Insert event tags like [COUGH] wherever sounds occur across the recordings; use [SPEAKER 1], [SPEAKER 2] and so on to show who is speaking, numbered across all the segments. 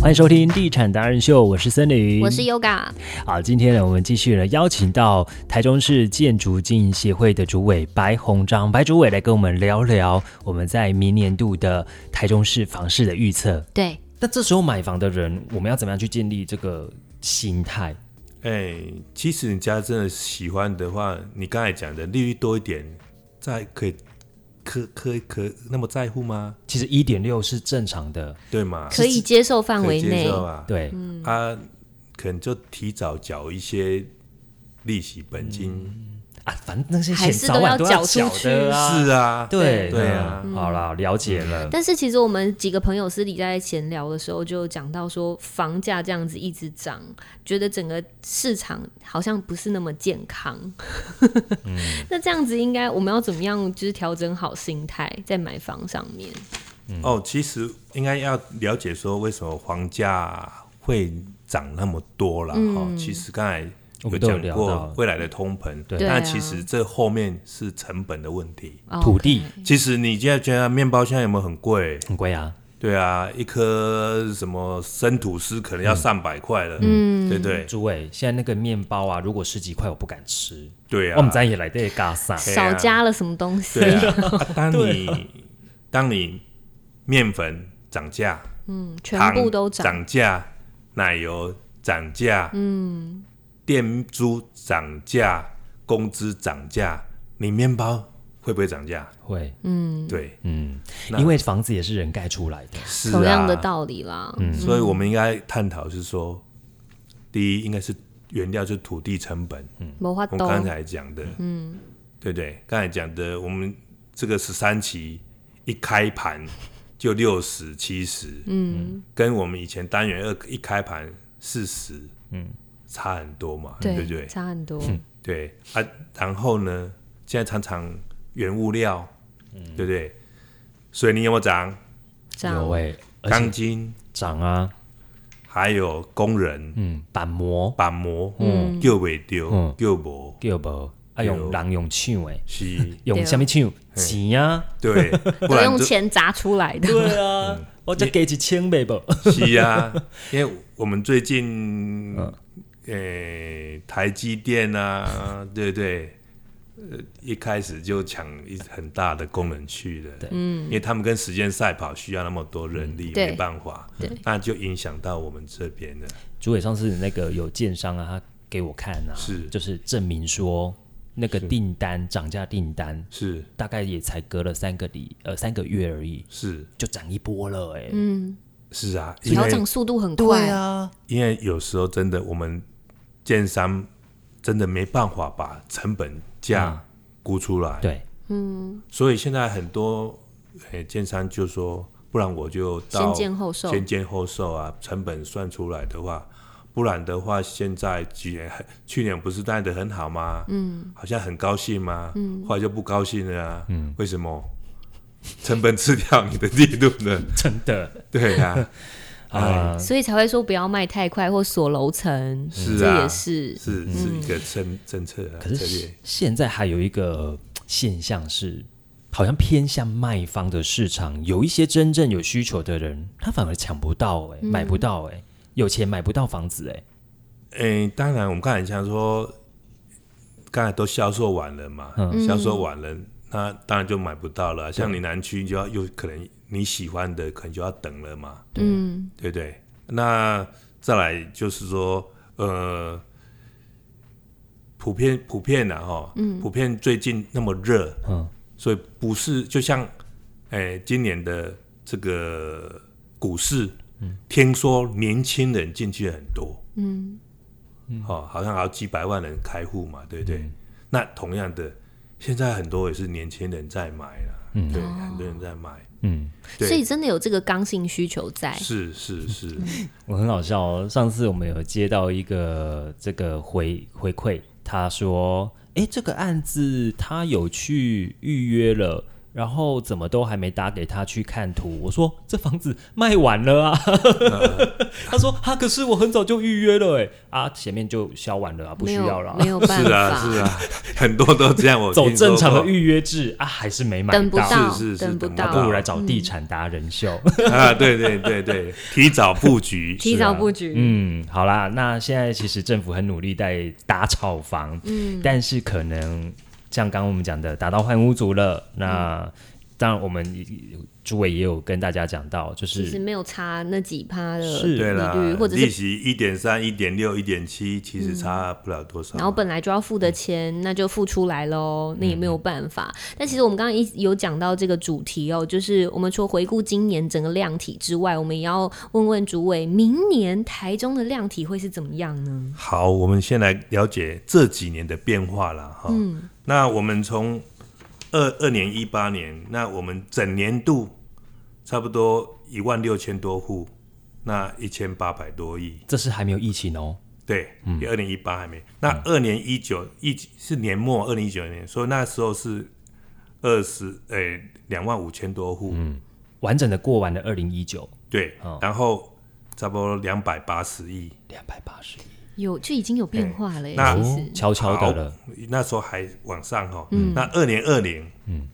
[SPEAKER 1] 欢迎收听《地产达人秀》，我是森林，
[SPEAKER 2] 我是 Yoga。
[SPEAKER 1] 好，今天呢，我们继续呢邀请到台中市建筑经营协会的主委白鸿章，白主委来跟我们聊聊我们在明年度的台中市房市的预测。
[SPEAKER 2] 对，
[SPEAKER 1] 那这时候买房的人，我们要怎么样去建立这个心态？
[SPEAKER 3] 哎、其实你家真的喜欢的话，你刚才讲的利率多一点，再可以可可可那么在乎吗？
[SPEAKER 1] 其实一点六是正常的，
[SPEAKER 3] 对吗？
[SPEAKER 2] 可以接受范
[SPEAKER 3] 可
[SPEAKER 2] 围
[SPEAKER 3] 以接
[SPEAKER 2] 内。
[SPEAKER 3] 受啊。
[SPEAKER 1] 对，
[SPEAKER 2] 嗯
[SPEAKER 3] 啊，可能就提早缴一些利息本金。
[SPEAKER 1] 啊，反正那些钱
[SPEAKER 2] 还是
[SPEAKER 1] 早晚
[SPEAKER 2] 都要
[SPEAKER 1] 要缴
[SPEAKER 2] 缴出去
[SPEAKER 1] 的啊。
[SPEAKER 3] 是啊，
[SPEAKER 1] 对
[SPEAKER 3] 对啊
[SPEAKER 1] 嗯好啦，了解了。
[SPEAKER 2] 但是其实我们几个朋友私底下在闲聊的时候，就讲到说，房价这样子一直涨，觉得整个市场好像不是那么健康。
[SPEAKER 3] 嗯
[SPEAKER 2] [LAUGHS] 那这样子应该我们要怎么样，就是调整好心态在买房上面？
[SPEAKER 3] 哦，其实应该要了解说为什么房价会涨那么多啦。哈、其实刚才
[SPEAKER 1] 我们都有
[SPEAKER 3] 讲
[SPEAKER 1] 聊到
[SPEAKER 3] 过未来的通膨，
[SPEAKER 1] 对
[SPEAKER 3] 但
[SPEAKER 2] 对啊
[SPEAKER 3] 其实这后面是成本的问题。
[SPEAKER 2] 哦
[SPEAKER 1] 土地
[SPEAKER 3] 其实你现在觉得面包现在有没有很贵？
[SPEAKER 1] 很贵啊，
[SPEAKER 3] 对啊，一颗什么生吐司可能要上百块了，嗯，对不对
[SPEAKER 1] 诸位，现在那个面包啊，如果十几块，我不敢吃。
[SPEAKER 3] 对啊，
[SPEAKER 1] 我们咱也来这嘎撒，
[SPEAKER 3] 对
[SPEAKER 2] 少
[SPEAKER 3] 啊
[SPEAKER 2] 加了什么东西？
[SPEAKER 1] [LAUGHS]
[SPEAKER 3] 对啊，啊当你当你面粉涨价，
[SPEAKER 2] 嗯，全部都涨。
[SPEAKER 3] 涨价，奶油涨价，嗯，店租涨价，工资涨价，你面包会不会涨价？
[SPEAKER 1] 会，
[SPEAKER 3] 对，
[SPEAKER 1] 嗯，
[SPEAKER 3] 那
[SPEAKER 1] 因为房子也是人盖出来的，
[SPEAKER 3] 是啊，嗯
[SPEAKER 2] 同样的道理啦，
[SPEAKER 1] 嗯
[SPEAKER 3] 所以我们应该探讨是说，第一应该是原料就是土地成本，
[SPEAKER 1] 嗯
[SPEAKER 2] 没法
[SPEAKER 3] 我
[SPEAKER 2] 都
[SPEAKER 3] 刚才讲的，嗯，对不对？刚才讲的，我们这个十三期一开盘就六十七十，嗯，跟我们以前单元二一开盘四十，嗯，差很多嘛，对不对？
[SPEAKER 2] 差很多。
[SPEAKER 3] 对啊，然后呢，现在常常原物料，
[SPEAKER 1] 嗯
[SPEAKER 3] 对不对？水泥有没有涨？
[SPEAKER 2] 涨
[SPEAKER 3] 欸
[SPEAKER 1] 有哎，而且
[SPEAKER 3] 钢筋
[SPEAKER 1] 涨啊，
[SPEAKER 3] 还有工人
[SPEAKER 1] 嗯，板模
[SPEAKER 3] 板模，嗯，叫袂丢
[SPEAKER 1] 嗯，
[SPEAKER 3] 叫无，
[SPEAKER 1] 叫不？啊，用人用抢哎，
[SPEAKER 3] 是，
[SPEAKER 1] 用什么抢？钱啊，
[SPEAKER 3] 对，
[SPEAKER 2] [LAUGHS]
[SPEAKER 3] 不
[SPEAKER 2] 都
[SPEAKER 3] 然
[SPEAKER 2] 用
[SPEAKER 3] 就
[SPEAKER 2] 钱砸出来的，
[SPEAKER 1] 对啊，我再给一千呗不？
[SPEAKER 3] 是啊，因为我们最近，呃、台积电啊，对不对？呃，一开始就抢一很大的功能区了，嗯，因为他们跟时间赛跑，需要那么多人力，
[SPEAKER 2] 对
[SPEAKER 3] 没办法，那就影响到我们这边了。
[SPEAKER 1] 主委上次那个有建商啊，他给我看啊，
[SPEAKER 3] 是
[SPEAKER 1] 就是证明说那个订单涨价订单。
[SPEAKER 3] 是
[SPEAKER 1] 大概也才隔了三个礼，呃，三个月而已，
[SPEAKER 3] 是
[SPEAKER 1] 就涨一波了、哎、
[SPEAKER 3] 是啊，因
[SPEAKER 2] 调
[SPEAKER 3] 为
[SPEAKER 2] 整速度很快啊。
[SPEAKER 1] 啊，
[SPEAKER 3] 因为有时候真的我们建商真的没办法把成本价估出来，
[SPEAKER 1] 嗯对，
[SPEAKER 3] 所以现在很多诶、建商就说，不然我就到
[SPEAKER 2] 先建后售
[SPEAKER 3] 先建后售啊，成本算出来的话，不然的话，现在几年去年不是卖的很好吗？嗯，好像很高兴吗？嗯，后来就不高兴了啊。嗯，为什么？成本吃掉你的利润
[SPEAKER 1] [LAUGHS]
[SPEAKER 3] 了，
[SPEAKER 1] 真的
[SPEAKER 3] 对啊，
[SPEAKER 1] 啊，
[SPEAKER 2] 所以才会说不要卖太快或锁楼层，
[SPEAKER 3] 是
[SPEAKER 2] 这
[SPEAKER 3] 啊
[SPEAKER 2] 也是
[SPEAKER 3] 是是一个政政策啊，
[SPEAKER 1] 嗯可
[SPEAKER 3] 策
[SPEAKER 1] 是
[SPEAKER 3] 略
[SPEAKER 1] 现在还有一个现象是，好像偏向卖方的市场，有一些真正有需求的人，他反而抢不到、哎、买不到、哎，有钱买不到房子、哎，
[SPEAKER 3] 诶、当然，我们刚才像说，刚才都销售完了嘛，销售完了，那当然就买不到了。像你南区就要又可能你喜欢的，可能就要等了嘛，
[SPEAKER 2] 嗯，
[SPEAKER 3] 对不对？那再来就是说，呃，普遍普遍的、哈，普遍最近那么热，
[SPEAKER 1] 嗯，
[SPEAKER 3] 所以不是就像，诶、今年的这个股市，听说年轻人进去很多，
[SPEAKER 1] 嗯
[SPEAKER 3] 哦，好像还有几百万人开户嘛，对不对？那同样的，现在很多也是年轻人在买啦，对，
[SPEAKER 2] 哦
[SPEAKER 3] 很多人在买，
[SPEAKER 2] 哎
[SPEAKER 1] 嗯，
[SPEAKER 3] 对
[SPEAKER 2] 所以真的有这个刚性需求在，
[SPEAKER 3] 是是是，
[SPEAKER 1] 我很好笑哦。上次我们有接到一个这个回回馈，他说：“哎，这个案子他有去预约了，然后怎么都还没打给他去看图。我说这房子卖完了啊，
[SPEAKER 3] 嗯
[SPEAKER 1] [LAUGHS] 他说哈，可是我很早就预约了哎、啊，前面就销完了啊，不需
[SPEAKER 2] 没有
[SPEAKER 1] 要了啊、
[SPEAKER 2] 没有办
[SPEAKER 3] [LAUGHS] 是啊
[SPEAKER 2] 法，
[SPEAKER 3] 是啊， [LAUGHS] 很多都这样，我
[SPEAKER 1] 走
[SPEAKER 3] 听说
[SPEAKER 1] 正常的
[SPEAKER 3] 过
[SPEAKER 1] 预约制啊，还是没买
[SPEAKER 2] [LAUGHS] 等不到，
[SPEAKER 3] 是是是
[SPEAKER 2] 等不
[SPEAKER 3] 等不
[SPEAKER 1] 那
[SPEAKER 2] 到，嗯
[SPEAKER 3] 到
[SPEAKER 1] 不如来找地产达人秀。
[SPEAKER 3] 啊，对对对对，提早布
[SPEAKER 2] [LAUGHS]
[SPEAKER 3] 局，
[SPEAKER 2] [LAUGHS] 提早布局，
[SPEAKER 3] 啊
[SPEAKER 1] 嗯，好啦，那现在其实政府很努力在打炒房，嗯，但是可能像刚刚我们讲的，打到换屋族了，那、当然我们诸位也有跟大家讲到，就
[SPEAKER 2] 其实
[SPEAKER 1] 是
[SPEAKER 2] 没有差那几趴的
[SPEAKER 1] 是
[SPEAKER 2] 利
[SPEAKER 3] 对啦
[SPEAKER 2] 率，，或者
[SPEAKER 3] 利
[SPEAKER 2] 是嗯
[SPEAKER 3] 息一点三、一点六、一点七，其实差不了多少嘛。
[SPEAKER 2] 然后本来就要付的钱，那就付出来喽，那也没有
[SPEAKER 3] 嗯
[SPEAKER 2] 办法。但其实我们刚刚一直有讲到这个主题哦，就是我们除了回顾今年整个量体之外，我们也要问问主委，明年台中的量体会是怎么样呢？
[SPEAKER 3] 好，我们先来了解这几年的变化啦。哈。那我们从二二年一八年，那我们整年度差不多一万六千多户，那一千八百多亿，
[SPEAKER 1] 这是还没有疫情哦，
[SPEAKER 3] 对，二零一八还没。那二零一九一是年末，二零一九年，所以那时候是二十诶两万五千多户，
[SPEAKER 1] 完整的过完了二零一九
[SPEAKER 3] 对，然后差不多两百八十亿。
[SPEAKER 1] 两百八十
[SPEAKER 2] 有就已经有变化了耶，
[SPEAKER 3] 哎那
[SPEAKER 2] 其实
[SPEAKER 1] 悄悄的了，
[SPEAKER 3] 好，那时候还往上哈、那二零二零，嗯，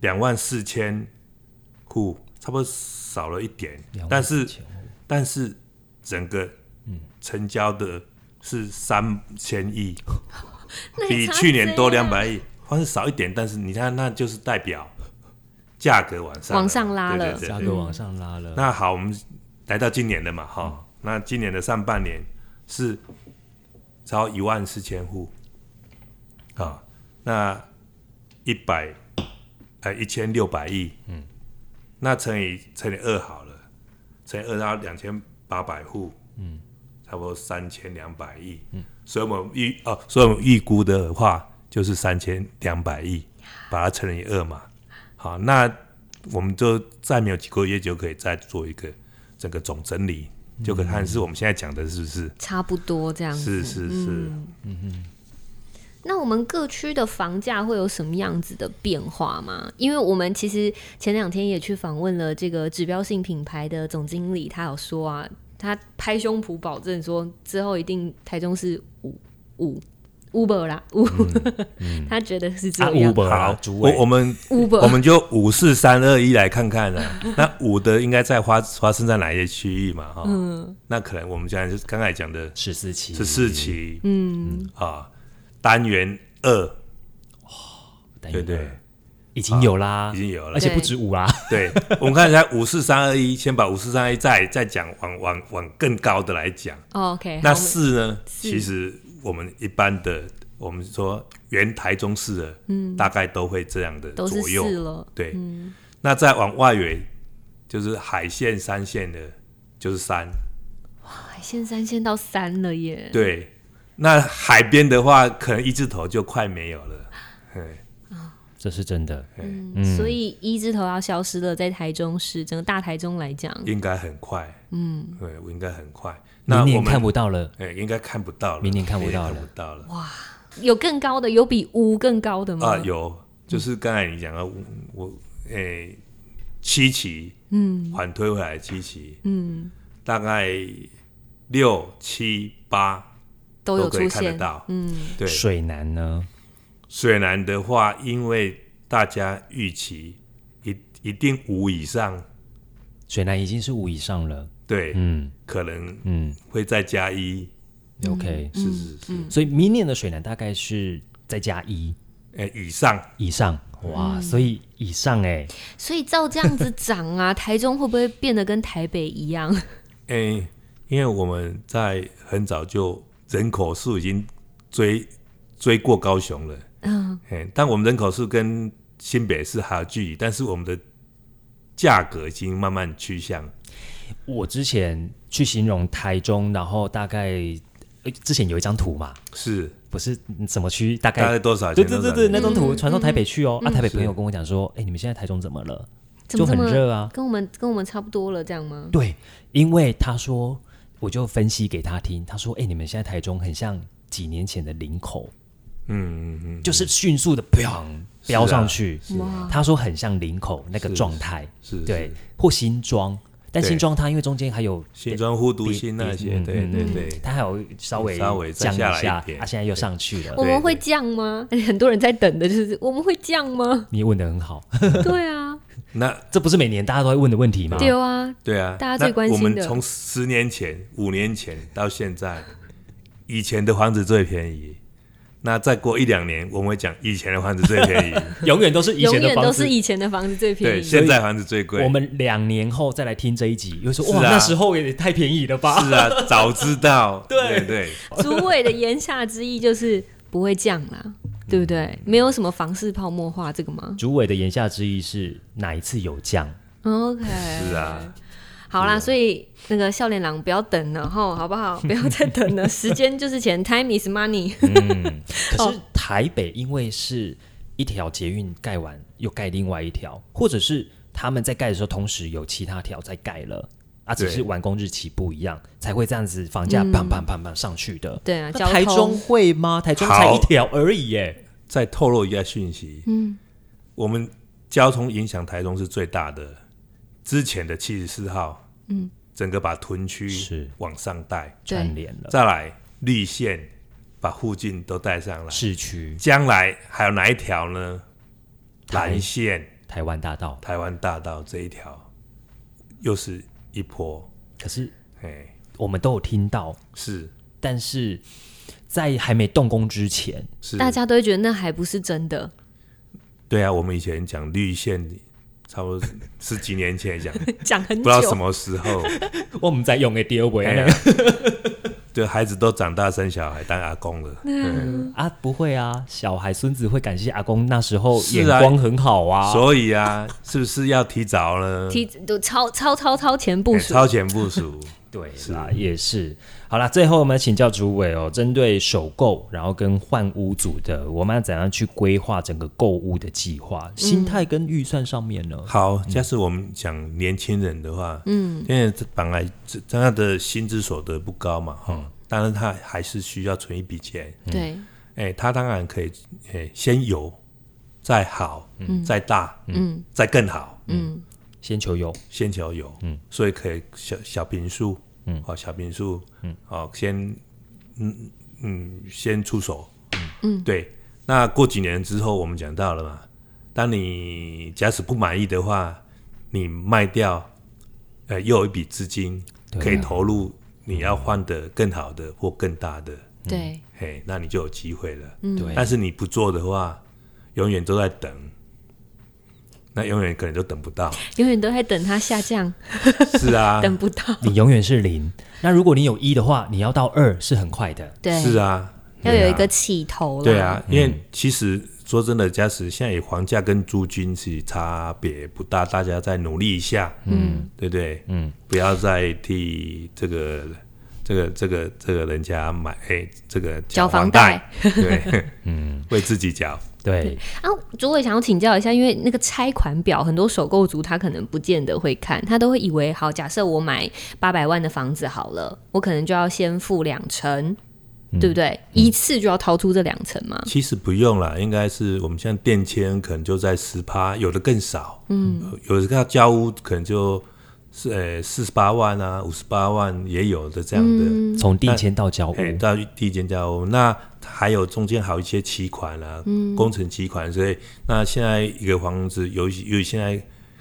[SPEAKER 3] 两万四千户，差不多少了一点，但是
[SPEAKER 1] 24,000
[SPEAKER 3] 但是整个成交的是三千亿，
[SPEAKER 2] 那也
[SPEAKER 3] 比
[SPEAKER 2] 差
[SPEAKER 3] 去年多
[SPEAKER 2] 这样
[SPEAKER 3] 两百亿，好像少一点，但是你看，那就是代表价格往上
[SPEAKER 2] 往上拉
[SPEAKER 3] 对
[SPEAKER 2] 了
[SPEAKER 3] 对对
[SPEAKER 1] 价
[SPEAKER 3] 对
[SPEAKER 1] 格往上拉了，
[SPEAKER 3] 那好，我们来到今年了嘛，哈、那今年的上半年是超一万四千户，啊，那一百呃一千六百亿，嗯，那乘以乘以二好了，乘以二到两千八百户，嗯，差不多三千两百亿，嗯，所以我们预哦，所以我们预估的话就是三千两百亿，把它乘以二嘛，好，那我们就再没有几个月就可以再做一个整个总整理，就可以看是我们现在讲的是不是？
[SPEAKER 2] 差不多这样子
[SPEAKER 3] 是。是是，
[SPEAKER 2] 那我们各区的房价会有什么样子的变化吗？因为我们其实前两天也去访问了这个指标性品牌的总经理，他有说啊，他拍胸脯保证说之后一定台中是五五 Uber 啦，
[SPEAKER 3] 嗯
[SPEAKER 2] 五、 [LAUGHS] 他觉得是这
[SPEAKER 1] 啊
[SPEAKER 2] 样。
[SPEAKER 1] ，Uber 啊
[SPEAKER 3] 好，
[SPEAKER 1] 主
[SPEAKER 3] 我
[SPEAKER 1] 委
[SPEAKER 3] 我们
[SPEAKER 2] Uber
[SPEAKER 3] 嗯我们就五四三二一来看看啊。那五的应该在发发生在哪一些区域嘛？哈，那可能我们现在就是刚才讲的
[SPEAKER 1] 十四期，
[SPEAKER 3] 十四期，嗯啊，单元二，
[SPEAKER 1] 等一
[SPEAKER 3] 对
[SPEAKER 1] 等
[SPEAKER 3] 对，
[SPEAKER 1] 已经有啦，
[SPEAKER 3] 已经有了
[SPEAKER 1] 而。且不止五啦，
[SPEAKER 3] 对，我们看一下五四三二一，先把五四三二一再再讲，往往往更高的来讲。
[SPEAKER 2] 哦 OK，好
[SPEAKER 3] 那
[SPEAKER 2] 我们
[SPEAKER 3] 市呢？其实我们一般的，我们说原台中市的，嗯，大概都会这样的
[SPEAKER 2] 都是
[SPEAKER 3] 左
[SPEAKER 2] 四嗯
[SPEAKER 3] 右。
[SPEAKER 2] 了，
[SPEAKER 3] 对，那再往外围，就是海线、三线的，就是三。
[SPEAKER 2] 海线哎三线到三了耶。
[SPEAKER 3] 对，那海边的话，可能一字头就快没有了。嗯，
[SPEAKER 1] 这是真的。
[SPEAKER 2] 嗯所以一字头要消失了，在台中市整个大台中来讲，
[SPEAKER 3] 应该很快。嗯，对，我应该很快。那
[SPEAKER 1] 明
[SPEAKER 3] 我
[SPEAKER 1] 年看
[SPEAKER 3] 们
[SPEAKER 1] 不到了，
[SPEAKER 3] 哎，应该看不到了，
[SPEAKER 1] 明年看不
[SPEAKER 3] 明
[SPEAKER 1] 到了
[SPEAKER 3] 看不到了。
[SPEAKER 2] 有更高的，有比五更高的吗？
[SPEAKER 3] 啊，有，就是刚才你讲到我我诶、七期，嗯，缓推回来七期，嗯，大概六七八
[SPEAKER 2] 都有
[SPEAKER 3] 可以
[SPEAKER 2] 出
[SPEAKER 3] 看得
[SPEAKER 2] 现。
[SPEAKER 3] 到，嗯，对。
[SPEAKER 1] 水男呢？
[SPEAKER 3] 水南的话，因为大家预期一一定五以上，
[SPEAKER 1] 水男已经是五以上了。
[SPEAKER 3] 对，
[SPEAKER 1] 嗯
[SPEAKER 3] 可能
[SPEAKER 1] 嗯
[SPEAKER 3] 会再加一，
[SPEAKER 2] 嗯
[SPEAKER 1] ，OK，
[SPEAKER 3] 是是是，
[SPEAKER 1] 所以明年的水男大概是再加一
[SPEAKER 3] 诶、以上
[SPEAKER 1] 以上，
[SPEAKER 2] 嗯
[SPEAKER 1] 哇，所以以上哎、
[SPEAKER 2] 所以照这样子涨啊，台中会不会变得跟台北一样？
[SPEAKER 3] 诶、哎因为我们在很早就人口数已经追追过高雄了，嗯，诶、但我们人口数跟新北市还有距离，但是我们的价格已经慢慢趋向，
[SPEAKER 1] 我之前去形容台中，然后大概、呃之前有一张图嘛，
[SPEAKER 3] 是
[SPEAKER 1] 不是嗯什么区，大
[SPEAKER 3] 大
[SPEAKER 1] 概
[SPEAKER 3] 概多少
[SPEAKER 1] 对
[SPEAKER 3] 钱？
[SPEAKER 1] 对对对，那张图
[SPEAKER 2] 嗯
[SPEAKER 1] 传到台北去哦。啊，台北朋友跟我讲说，哎、你们现在台中怎么了？
[SPEAKER 2] 怎
[SPEAKER 1] [LAUGHS]
[SPEAKER 2] 么
[SPEAKER 1] 就
[SPEAKER 2] 这
[SPEAKER 1] 很
[SPEAKER 2] 么
[SPEAKER 1] 热啊。
[SPEAKER 2] 跟我们跟我们差不多了，这样吗？
[SPEAKER 1] 对，因为他说，我就分析给他听，他说，哎、你们现在台中很像几年前的林口。
[SPEAKER 3] 嗯嗯嗯，啊
[SPEAKER 1] 就是迅速的飙飙上去。
[SPEAKER 2] 哇，
[SPEAKER 1] 他说很像林口那个
[SPEAKER 3] 是
[SPEAKER 1] 状态，
[SPEAKER 3] 是
[SPEAKER 1] 对，，或新庄，但
[SPEAKER 3] 对
[SPEAKER 1] 新庄它因为中间还有
[SPEAKER 3] 新庄护都心那些，
[SPEAKER 1] 嗯
[SPEAKER 3] 对
[SPEAKER 1] 嗯
[SPEAKER 3] 对对，
[SPEAKER 1] 它还有稍微
[SPEAKER 3] 稍微再
[SPEAKER 1] 降
[SPEAKER 3] 下来一
[SPEAKER 1] 下，啊
[SPEAKER 3] 点
[SPEAKER 1] 它现在又上去了。？
[SPEAKER 2] 我们会
[SPEAKER 3] 对
[SPEAKER 2] 降吗？很多人在等的就是我们会降吗
[SPEAKER 3] [LAUGHS]
[SPEAKER 1] 你问的很好， [LAUGHS]
[SPEAKER 2] 对啊，
[SPEAKER 3] 那
[SPEAKER 1] 这不是每年大家都会问的问题吗？
[SPEAKER 2] 丢啊，
[SPEAKER 3] 对啊，
[SPEAKER 2] 大家最
[SPEAKER 3] 那
[SPEAKER 2] 关心
[SPEAKER 3] 我们
[SPEAKER 2] 的
[SPEAKER 3] 从十年前、五年前到现在，以前的房子最便宜。那再过一两年，我们会讲以前的房子最便宜，
[SPEAKER 1] 永远都是以
[SPEAKER 2] 永
[SPEAKER 1] 前的
[SPEAKER 2] 远
[SPEAKER 1] 房
[SPEAKER 2] 都
[SPEAKER 1] 子
[SPEAKER 2] 是。以前的房子最便
[SPEAKER 3] 对，
[SPEAKER 2] 宜。
[SPEAKER 3] 现在房子最贵。
[SPEAKER 1] 我们两年后再来听这一集，又说哇，
[SPEAKER 3] 是啊
[SPEAKER 1] 那时候也太便宜了吧？
[SPEAKER 3] 是啊，早知道，
[SPEAKER 1] 对
[SPEAKER 3] 对对，
[SPEAKER 2] 主委的言下之意就是不会降啦，对不
[SPEAKER 3] 嗯
[SPEAKER 2] 对？没有什么房市泡沫化这个吗
[SPEAKER 1] 主委的言下之意是哪一次有降？
[SPEAKER 2] 哦？OK，
[SPEAKER 3] 是啊，
[SPEAKER 2] 好啦，所以那个笑脸狼不要等了吼，好不
[SPEAKER 3] [LAUGHS]
[SPEAKER 2] 好？不要再等了，时间就是钱，time is money。 [LAUGHS]
[SPEAKER 1] 可是台北因为是一条捷运盖完又盖另外一条，或者是他们在盖的时候同时有其他条在盖了。啊，只
[SPEAKER 3] 对
[SPEAKER 1] 是完工日期不一样，才会这样子房价砰砰砰砰上去的。
[SPEAKER 2] 对啊，
[SPEAKER 1] 那
[SPEAKER 2] 嗯交
[SPEAKER 1] 台中
[SPEAKER 2] 通
[SPEAKER 1] 会吗？台中才
[SPEAKER 3] 好
[SPEAKER 1] 一条而已耶。
[SPEAKER 3] 再透露一下讯息。嗯，我们交通影响台中是最大的，之前的七十四号，嗯，整个把屯区
[SPEAKER 1] 是
[SPEAKER 3] 往上带，
[SPEAKER 1] 串
[SPEAKER 2] 对，
[SPEAKER 1] 联了
[SPEAKER 3] 再来立线把附近都带上来，
[SPEAKER 1] 市区、
[SPEAKER 3] 将来还有哪一条呢？
[SPEAKER 1] 台
[SPEAKER 3] 蓝线、
[SPEAKER 1] 台湾大道，
[SPEAKER 3] 台湾大道这一条，又是一波，
[SPEAKER 1] 可是
[SPEAKER 3] 哎，
[SPEAKER 1] 我们都有听到，
[SPEAKER 3] 是
[SPEAKER 1] 但是在还没动工之前，
[SPEAKER 3] 是，
[SPEAKER 2] 大家都会觉得那还不是真
[SPEAKER 3] [LAUGHS]
[SPEAKER 2] 的，
[SPEAKER 3] 对啊，我们以前讲绿线，差不多十几年前讲，不
[SPEAKER 2] 讲 [LAUGHS] 很
[SPEAKER 3] 知道什
[SPEAKER 2] 久。
[SPEAKER 3] 么时候，
[SPEAKER 1] [LAUGHS] 我们在用的第二位
[SPEAKER 3] 哎呀
[SPEAKER 1] 啊，
[SPEAKER 3] 对，孩子都长大生小孩当阿
[SPEAKER 2] [LAUGHS]
[SPEAKER 3] 公了，嗯
[SPEAKER 1] 啊，不会啊，小孩孙子会感谢阿公那时候
[SPEAKER 3] 是
[SPEAKER 1] 眼
[SPEAKER 3] 啊
[SPEAKER 1] 光很好啊，
[SPEAKER 3] 所以啊，是不是要提早呢？
[SPEAKER 2] 提都超超超超前部
[SPEAKER 3] 哎
[SPEAKER 2] 署，
[SPEAKER 3] 超前部
[SPEAKER 2] [LAUGHS]
[SPEAKER 3] 署，
[SPEAKER 1] 对啦，也是。好啦，最后我们请教主委哦，针对首购，然后跟换屋组的，我们要怎样去规划整个购物的计划、心态跟预算上面呢？
[SPEAKER 3] 好，
[SPEAKER 2] 嗯
[SPEAKER 3] 假使我们讲年轻人的话，嗯，因为本来这他的薪资所得不高嘛，哈、
[SPEAKER 2] 嗯
[SPEAKER 3] 当然他还是需要存一笔钱，
[SPEAKER 2] 对，
[SPEAKER 3] 哎、他当然可以，哎、先有，再好，再大，嗯，再更好，
[SPEAKER 2] 嗯，
[SPEAKER 1] 先求有，
[SPEAKER 3] 先求有，嗯，所以可以小小平数，嗯，好、小平数，嗯，好、先，嗯嗯，先出手，嗯，对。那过几年之后，我们讲到了嘛，当你假使不满意的话，你卖掉，呃，又有一笔资金可以投入你要换的更好的或更大的，
[SPEAKER 2] 对，
[SPEAKER 3] 嘿，那你就有机会了。
[SPEAKER 1] 对，
[SPEAKER 3] 但是你不做的话，永远都在等，那永远可能都等不到。
[SPEAKER 2] 永远都在等它下降，
[SPEAKER 3] 嗯是啊，
[SPEAKER 2] 等不到。
[SPEAKER 1] 你永远是零。那如果你有一的话，你要到二是很快的。
[SPEAKER 2] 对，
[SPEAKER 3] 是啊，
[SPEAKER 2] 要
[SPEAKER 3] 对啊
[SPEAKER 2] 有一个起头啦。
[SPEAKER 3] 对啊，因为其实说真的，假使现在房价跟租金是差别不大，大家再努力一下，嗯，对不对？嗯，不要再替这个。这个这个这个人家买哎，这个
[SPEAKER 2] 交
[SPEAKER 3] 房
[SPEAKER 2] 房
[SPEAKER 3] 贷， [LAUGHS] 对，嗯，为自己缴，
[SPEAKER 1] 对，
[SPEAKER 2] 啊，主委想要请教一下，因为那个拆款表，很多首购族他可能不见得会看，他都会以为，好，假设我买八百万的房子好了，我可能就要先付两成，
[SPEAKER 3] 嗯
[SPEAKER 2] 对不对？一次就要掏出这两成嘛？
[SPEAKER 3] 其实不用啦，应该是我们像电签可能就在十趴，有的更少，嗯，有的要交屋可能就是呃四十八万啊，五十八万也有的这样的，
[SPEAKER 1] 从地签到交屋，
[SPEAKER 3] 哎、到第一间交屋，那还有中间还有一些期款啊，工程期款，所以那现在一个房子，由于由于现在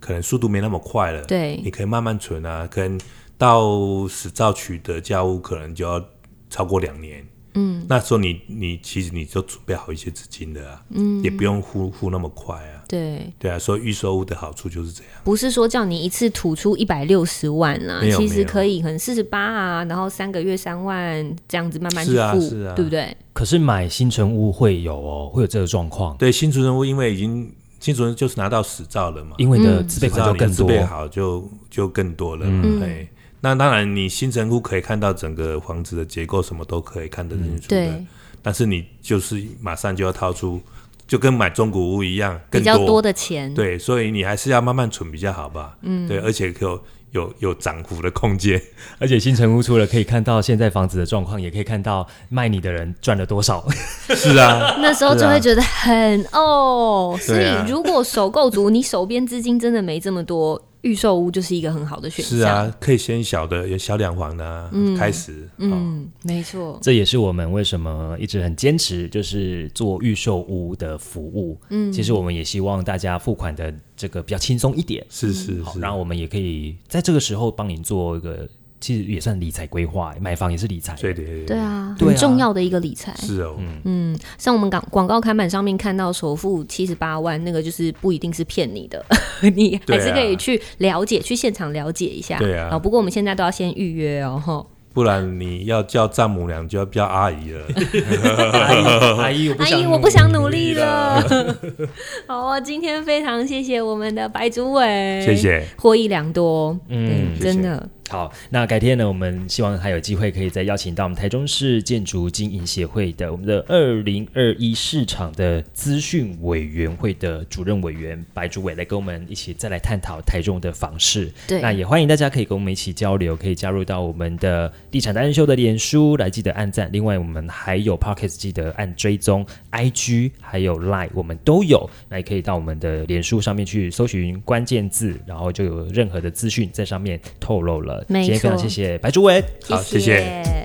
[SPEAKER 3] 可能速度没那么快了，
[SPEAKER 2] 对
[SPEAKER 3] 你可以慢慢存啊，可能到实照取得交屋可能就要超过两年，嗯，那时候你你其实你就准备好一些资金的啊，嗯，也不用付付那么快啊，
[SPEAKER 2] 对，
[SPEAKER 3] 对啊，所以预售屋的好处就是这样，
[SPEAKER 2] 不是说叫你一次吐出一百六十万啦，
[SPEAKER 3] 没有
[SPEAKER 2] 其实
[SPEAKER 3] 没有
[SPEAKER 2] 可以可能四十八啊，然后三个月三万这样子慢慢去
[SPEAKER 3] 是啊
[SPEAKER 2] 付，
[SPEAKER 3] 是啊
[SPEAKER 2] 对不对？
[SPEAKER 1] 可是买新城屋会有哦，会有这个状况，
[SPEAKER 3] 对，新主人屋因为已经新主人就是拿到实照了嘛，
[SPEAKER 1] 因为你
[SPEAKER 2] 嗯
[SPEAKER 1] 的自备
[SPEAKER 3] 只
[SPEAKER 1] 款就
[SPEAKER 3] 要你
[SPEAKER 1] 更
[SPEAKER 3] 自
[SPEAKER 1] 多。
[SPEAKER 3] 备好就就更多了嘛。哎，
[SPEAKER 2] 嗯
[SPEAKER 3] 那当然，你新城屋可以看到整个房子的结构，什么都可以看得清楚
[SPEAKER 2] 嗯
[SPEAKER 3] 的。
[SPEAKER 2] 对，
[SPEAKER 3] 但是你就是马上就要掏出，就跟买中古屋一样，
[SPEAKER 2] 比
[SPEAKER 3] 更
[SPEAKER 2] 较
[SPEAKER 3] 多
[SPEAKER 2] 的钱，
[SPEAKER 3] 对，所以你还是要慢慢存比较好吧。嗯，对，而且有有有涨幅的空间。
[SPEAKER 1] 而且新城屋除了可以看到现在房子的状况，也可以看到卖你的人赚了多
[SPEAKER 3] [LAUGHS]
[SPEAKER 1] 少。
[SPEAKER 3] [LAUGHS] 是 [LAUGHS] 啊，
[SPEAKER 2] 那时候就会觉得很哦，所
[SPEAKER 3] 对啊
[SPEAKER 2] 以如果首购族你手边资金真的没这么多，预售屋就是一个很好的选项。
[SPEAKER 3] 是啊，可以先小的，有小两房的、啊开始。哦
[SPEAKER 2] 嗯，没错，
[SPEAKER 1] 这也是我们为什么一直很坚持，就是做预售屋的服务。嗯，其实我们也希望大家付款的这个比较轻松一点。
[SPEAKER 3] 是是
[SPEAKER 1] 好
[SPEAKER 3] 是，，
[SPEAKER 1] 然后我们也可以在这个时候帮你做一个，其实也算理财规划，买房也是理财。
[SPEAKER 3] [LAUGHS] 对对
[SPEAKER 2] 对，啊，
[SPEAKER 1] 对啊
[SPEAKER 2] 很重要的一个理财。
[SPEAKER 3] 是哦，
[SPEAKER 2] 嗯，像我们广广告看板上面看到首付七十八万，那个就是不一定是骗你的， [LAUGHS] 你还
[SPEAKER 3] 对
[SPEAKER 2] 是
[SPEAKER 3] 啊
[SPEAKER 2] 可以去了解，去现场了解一下。
[SPEAKER 3] 对啊
[SPEAKER 2] 不过我们现在都要先预约哦，吼。
[SPEAKER 3] 不然你要叫丈母娘就要叫阿姨了。
[SPEAKER 1] 阿姨，阿姨，我不
[SPEAKER 2] 阿
[SPEAKER 1] 想，
[SPEAKER 2] 姨，我不想努力了。好啊，今天非常谢谢我们的白主委，
[SPEAKER 3] [LAUGHS] 谢，谢，
[SPEAKER 2] 获益良多。
[SPEAKER 1] 嗯
[SPEAKER 2] 嗯，
[SPEAKER 3] 谢谢
[SPEAKER 2] 真的，
[SPEAKER 1] 好，那改天呢，我们希望还有机会可以再邀请到我们台中市建筑经营协会的我们的二零二一市场的资讯委员会的主任委员白主委来跟我们一起再来探讨台中的房市。
[SPEAKER 2] 对
[SPEAKER 1] 那也欢迎大家可以跟我们一起交流，可以加入到我们的地产达人秀的脸书来，记得按赞。另外，我们还有 Pocket 记得按追踪，IG 还有 Line 我们都有，那也可以到我们的脸书上面去搜寻关键字，然后就有任何的资讯在上面透露了。
[SPEAKER 2] 没
[SPEAKER 1] 今天非常谢
[SPEAKER 2] 错
[SPEAKER 1] 谢白主委。
[SPEAKER 3] 好谢谢
[SPEAKER 2] 谢